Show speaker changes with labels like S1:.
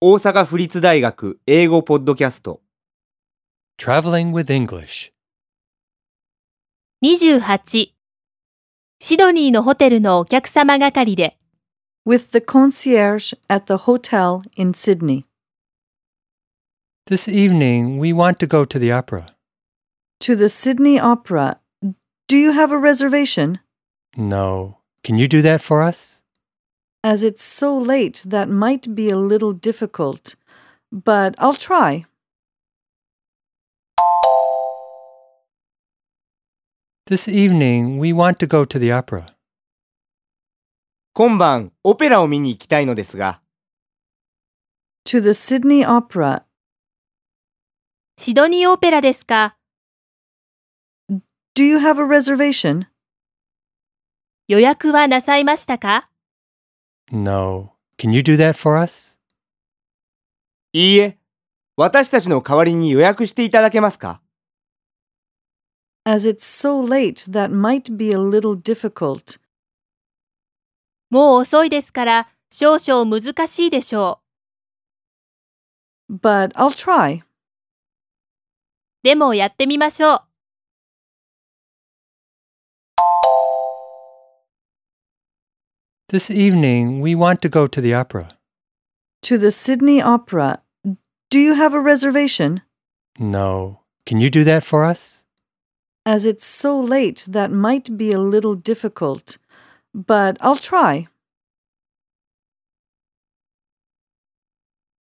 S1: 大阪府立大学英語ポッドキャスト
S2: Traveling with English.
S3: 28シドニーのホテルのお客様係で
S4: with the concierge at the hotel in Sydney.
S2: This evening, we want to go to the opera.
S4: To the Sydney Opera. Do you have a reservation?
S2: No. Can you do that for us?
S4: As it's so late, that might be a little difficult, but I'll try.
S2: 「This evening we want to go to the opera.
S1: 今晩オペラを見に行きたいのですが
S4: To the Sydney Opera.
S3: シドニーオペラですか
S4: Do you have a reservation?
S3: 予約はなさいましたか
S2: No. Can you do that for us?
S1: いいえ私たちの代わりに予約していただけますか
S4: As it's so late, that might be a little difficult,
S3: もう遅いですから少々難しいでしょ
S4: but I'll try.
S3: う。でもやってみましょう。
S2: This evening we want to go to the opera.
S4: To the Sydney Opera. Do you have a reservation?
S2: No. Can you do that for us?
S4: As it's so late, that might be a little difficult, but I'll try.